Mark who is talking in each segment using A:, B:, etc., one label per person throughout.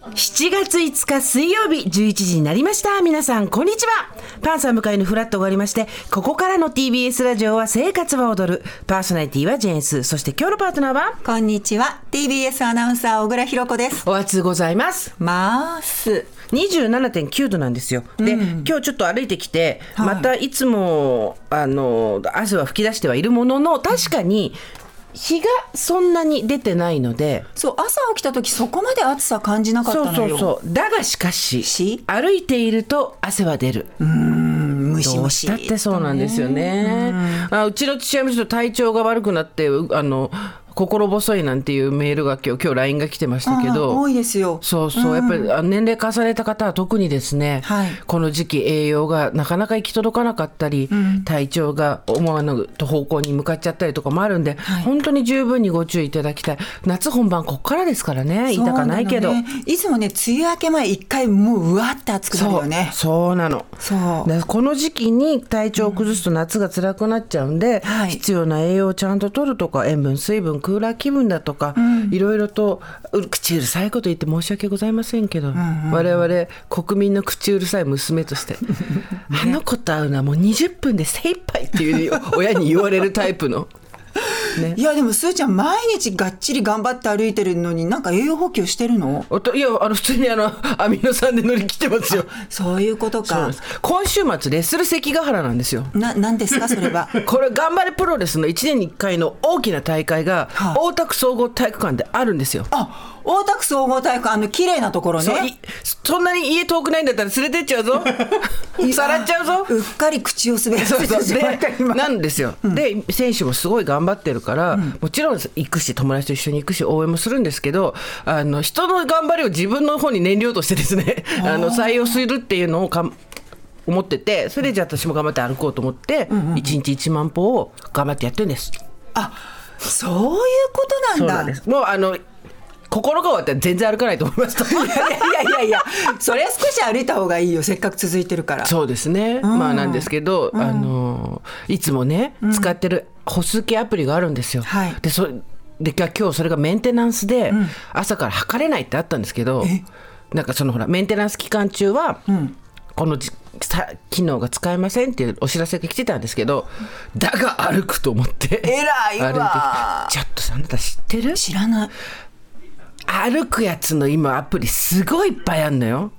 A: 7月5日水曜日11時になりました。皆さん、こんにちは。パンサー向かいのフラットがありまして、ここからの TBS ラジオは生活は踊る。パーソナリティはジェーンス。そして今日のパートナーは、
B: こんにちは TBS アナウンサー小倉弘子です
A: お熱ございます。
B: まーす
A: 27.9度なんですよ。で、今日ちょっと歩いてきて、
B: はい
A: またいつも、あの、汗は噴き出してはいるものの、確かに、日がそんなに出てないので、
B: そう朝起きた時そこまで暑さ感じなかったのよ
A: そうそうそう。だがしかし、
B: し
A: 歩いていると汗は出る。
B: うんムシ
A: ど
B: ム
A: うしたっ
B: シ
A: てそうなんですよね。あうちの父親もちょっと体調が悪くなって、うあの、心細いなんていうメールが今日、今日 LINE が来てましたけ
B: あー多
A: ど、
B: いですよ
A: そうそう、やっぱりあ年齢重ねた方は特にですね、
B: はい
A: この時期栄養がなかなか行き届かなかったり、体調が思わぬ方向に向かっちゃったりとかもあるんで、本当に十分にご注意いただきたい。夏本番こっからですからね、言いたかないけど。
B: そうのねいつもね梅雨明け前一回もううわって暑くなるよね
A: そうそうなの
B: そう
A: だこの時期に体調を崩すと夏が辛くなっちゃうんで、
B: はい
A: 必要な栄養をちゃんと取るとか塩分水分クーラー気分だとか、いろいろとう口うるさいこと言って申し訳ございませんけど、我々国民の口うるさい娘として あの子と会うのはもう20分で精一杯っていう親に言われるタイプの。ね
B: いやでもすーちゃん毎日がっちり頑張って歩いてるのになんか栄養補給してるの
A: おといやあの普通にあのアミノ酸で乗り切ってますよ。
B: そういうこと
A: そうなん
B: か
A: です今週末レッスル関ヶ原なんですよ。
B: ななんですかそれは
A: これ頑張れプロレスの1年に1回の大きな大会が
B: はい
A: 大田区総合体育館であるんですよ。
B: あ大田区総合体育館あの綺麗なところ
A: そう
B: ね
A: いそんなに家遠くないんだったら連れてっちゃう ぞさらっちゃうぞ
B: うっかり口を滑らせ
A: そうそ
B: て
A: う
B: しまった
A: で
B: 今
A: なんですよ、で選手もすごい頑張ってるから、もちろん行くし友達と一緒に行くし応援もするんですけどあの人の頑張りを自分の方に燃料としてですねあの採用するっていうのをかん思っててそれじゃあ私も頑張って歩こうと思って、一1日1万歩を頑張ってやってるんです。
B: あそういうこと
A: そう
B: な
A: なん
B: ん
A: で
B: だ。
A: す。もうあの心が終わったら全然歩かないと思いますと。
B: いやいやいや、それは少し歩いた方がいいよ、せっかく続いてるから。
A: そうですね。まあなんですけど、あのいつもね使ってる歩数計アプリがあるんですよ。
B: はい
A: でそで今日それがメンテナンスで、朝から測れないってあったんですけど、なんかそのほらメンテナンス期間中は、このじさ機能が使えませんっていうお知らせが来てたんですけど、だが歩くと思って
B: 偉いわ
A: 歩いてきてちょっとさあなた知ってる？
B: 知らない。
A: 歩くやつの今アプリすごいいっぱいあんのよ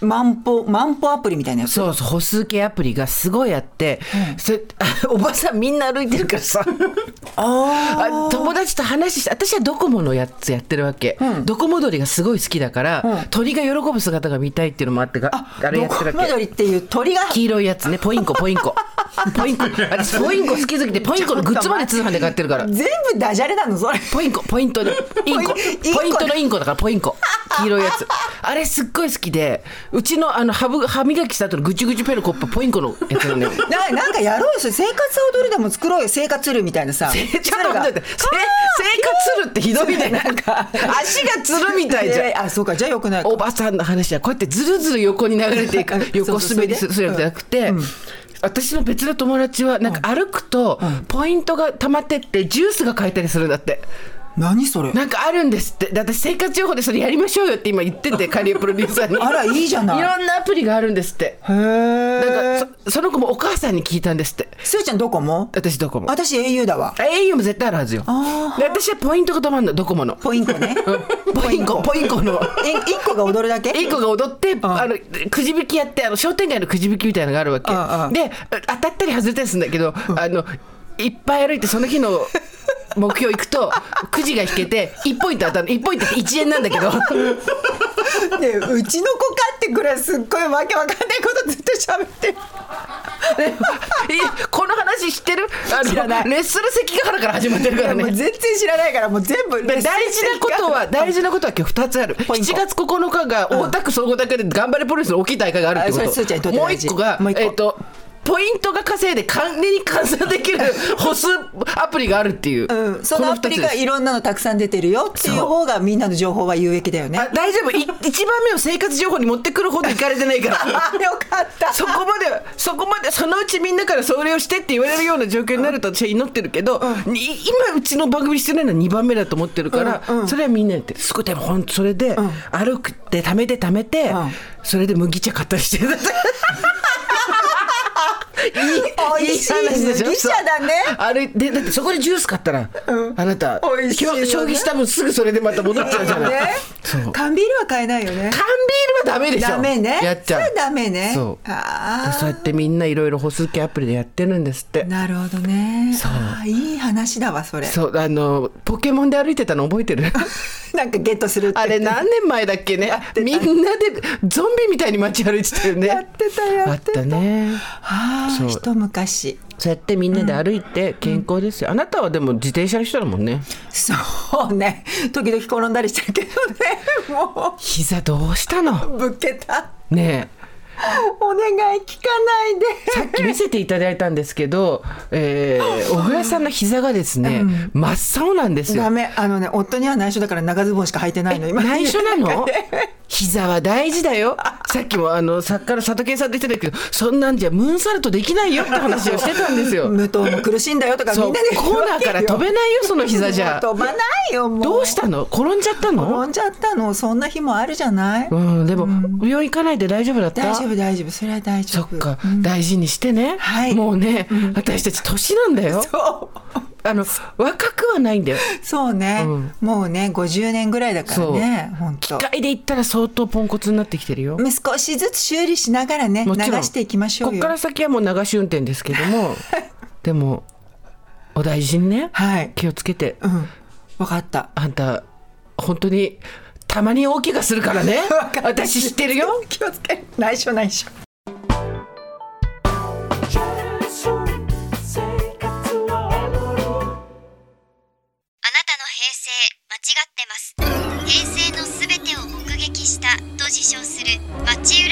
B: 万歩、万歩アプリみたいなやつ。
A: そうそう歩数計アプリがすごいあって、それ あおばさんみんな歩いてるからさ
B: あ
A: あ友達と話して私はドコモのやつやってるわけ、ドコモ鳥がすごい好きだから、鳥が喜ぶ姿が見たいっていうのもあってがあ
B: あ、
A: れ
B: ど
A: やって
B: こ
A: る
B: ま
A: わけ
B: どりっていう鳥が。
A: 黄色いやつねポインコポイン コポインコ私ポインコ好きすぎてポインコのグッズまで通販で買ってるから
B: 全部ダジャレなの、それ。
A: ポインコ、ポイントで、インコ、
B: インコ
A: ポイントのインコだから、ポインコ。黄色いやつ。あれすっごい好きで、うちのあの歯ぶ歯磨きした後のぐちゅぐちゅペロコップ、ポインコのやつなのよ。
B: ななんかやろうよ、それ生活踊りでも作ろうよ、生活ルみたいなさ。
A: えちょっと待って、せ生活するってひどいね、なんか。足がつるみたいじゃん。
B: ん。あ、そうか、じゃあよくないか。
A: おばさんの話はこうやってずるずる横に流れてい く横滑りする
B: そうそうそれで
A: じゃなくて、私の別の友達はなんか歩くとポイントが溜まってってジュースが買えたりするんだって。
B: 何それ。
A: なんかあるんですって。で私生活情報でそれやりましょうよって今言って て、カリエプロデューサーに。
B: あらいいじゃない
A: いろんなアプリがあるんですって。
B: へ
A: なん
B: え
A: か。そ、その子もお母さんに聞いたんですって。
B: すーちゃんどこも
A: 私ドコモ。
B: 私 au だわ。
A: au も絶対あるはずよ。
B: あ
A: で私はポイントが止まんの、ドコ モの。
B: ポインコね。
A: うんポインコ、ポインコの。
B: え、一個が踊るだけ
A: インコが踊って、
B: あ
A: あの、くじ引きやって、あの、商店街のくじ引きみたいなのがあるわけ。
B: ああ
A: で、当たったり外れたりするんだけど、あの、いっぱい歩いて、その日の目標行くと、くじが引けて、1ポイント当たる。1ポイントって1円なんだけど。
B: ねえうちの子かってくらいすっごいわけわかんないことずっと喋ってる
A: えこの話知ってるあの
B: 知らない
A: レッスル関ヶ原から始まってるから
B: もう
A: ね
B: 全然知らないからもう全部
A: 大事なことは大事なことは今日2つある
B: ポイント
A: 7月9日が大田区総合大会で頑張れプロレスの大きい大会があるってこ
B: あそれすーちゃんにと
A: と
B: って
A: もう
B: 大事
A: 1個が
B: もう一個
A: えっとポイントが稼いで金に換算でき る歩数アプリがあるっていう、
B: うん、そのアプリ
A: この二つで
B: が
A: す
B: いろんなのたくさん出てるよっていう方がみんなの情報は有益だよね
A: あ。大丈夫い一番目を生活情報に持ってくるほどいかれてないから
B: あよかった。
A: そこまでそこまでそのうちみんなからそれをしてって言われるような状況になると私は祈ってるけど、に今うちの番組してないのは2番目だと思ってるから、
B: うんうん
A: それはみんなやってるすごいでもほんとそれで、
B: ん
A: 歩くって貯めて貯めて、
B: うん
A: それで麦茶買ったりしてる
B: 美 味しい麦茶だね
A: そうあれでだってそこでジュース買ったら、あなた
B: 美味しいよね
A: 今日消費した分すぐそれでまた戻っちゃうじゃないそう
B: ね。缶ビールは買えないよね。
A: 缶ビールはダメでしょ
B: ダメね。
A: やっちゃう
B: それはダメね。
A: そう
B: あ
A: そうや
B: あ。
A: ってみんないろいろ歩数計アプリでやってるんですって
B: なるほどね。あーいい話だわ、それ。
A: そうあのポケモンで歩いてたの覚えてる
B: なんかゲットするって。
A: あ れ何年前だっけねみんなでゾンビみたいに街歩いてたよね
B: やってたやってた
A: あったね
B: あ
A: そ
B: あ、
A: う
B: 一昔。
A: そうやってみんなで歩いて健康ですよ、あなたはでも自転車の人だもんね
B: そうね。時々転んだりしてるけどね。も
A: 膝どうしたの
B: う、ぶっけた。
A: ねえ
B: お願い聞かないで。
A: さっき見せていただいたんですけど、え ー、小倉さんの膝がですね、真っ青なんですよ
B: ダメあのね夫には内緒だから長ズボンしか履いてないの今
A: 内緒な の膝は大事だよ。さっきもあの作家の佐藤健さんと言ってたけど、そんなんじゃムーンサルトできないよって話をしてたん ですよ。
B: 無糖も苦しいんだよとかみん
A: そう、
B: なで言う
A: コーナーから飛べないよ、その膝じ ゃ。
B: もう飛ばないよもう
A: どうしたの転んじゃったの
B: 飛んじゃったのそんな日もあるじゃない
A: うん、でも、病院行かないで大丈夫だった
B: 大丈夫大丈夫それは大
A: そ
B: 丈夫
A: っか、大事にしてね。
B: はい
A: もうね、私たち年なんだよ。
B: そう
A: あの、若くはないんだよ。
B: そうね、もうね50年ぐらいだからね本
A: 機
B: 当
A: 械で言ったら相当ポンコツになってきてるよ。
B: 少しずつ修理しながらね流
A: もちろん
B: していきましょう
A: こっ
B: よ
A: から先はもう流し運転ですけど もでもお大事にね、
B: はい
A: 気をつけて
B: うん分かった
A: あんた本当にたまに大怪我するから ね私知ってるよ
B: 気をつけ内緒内緒
C: あなたの平成間違ってます平成のすべてを目撃したと自称する町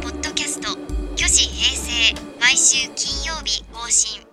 C: ポッドキャスト「巨子平成」毎週金曜日更新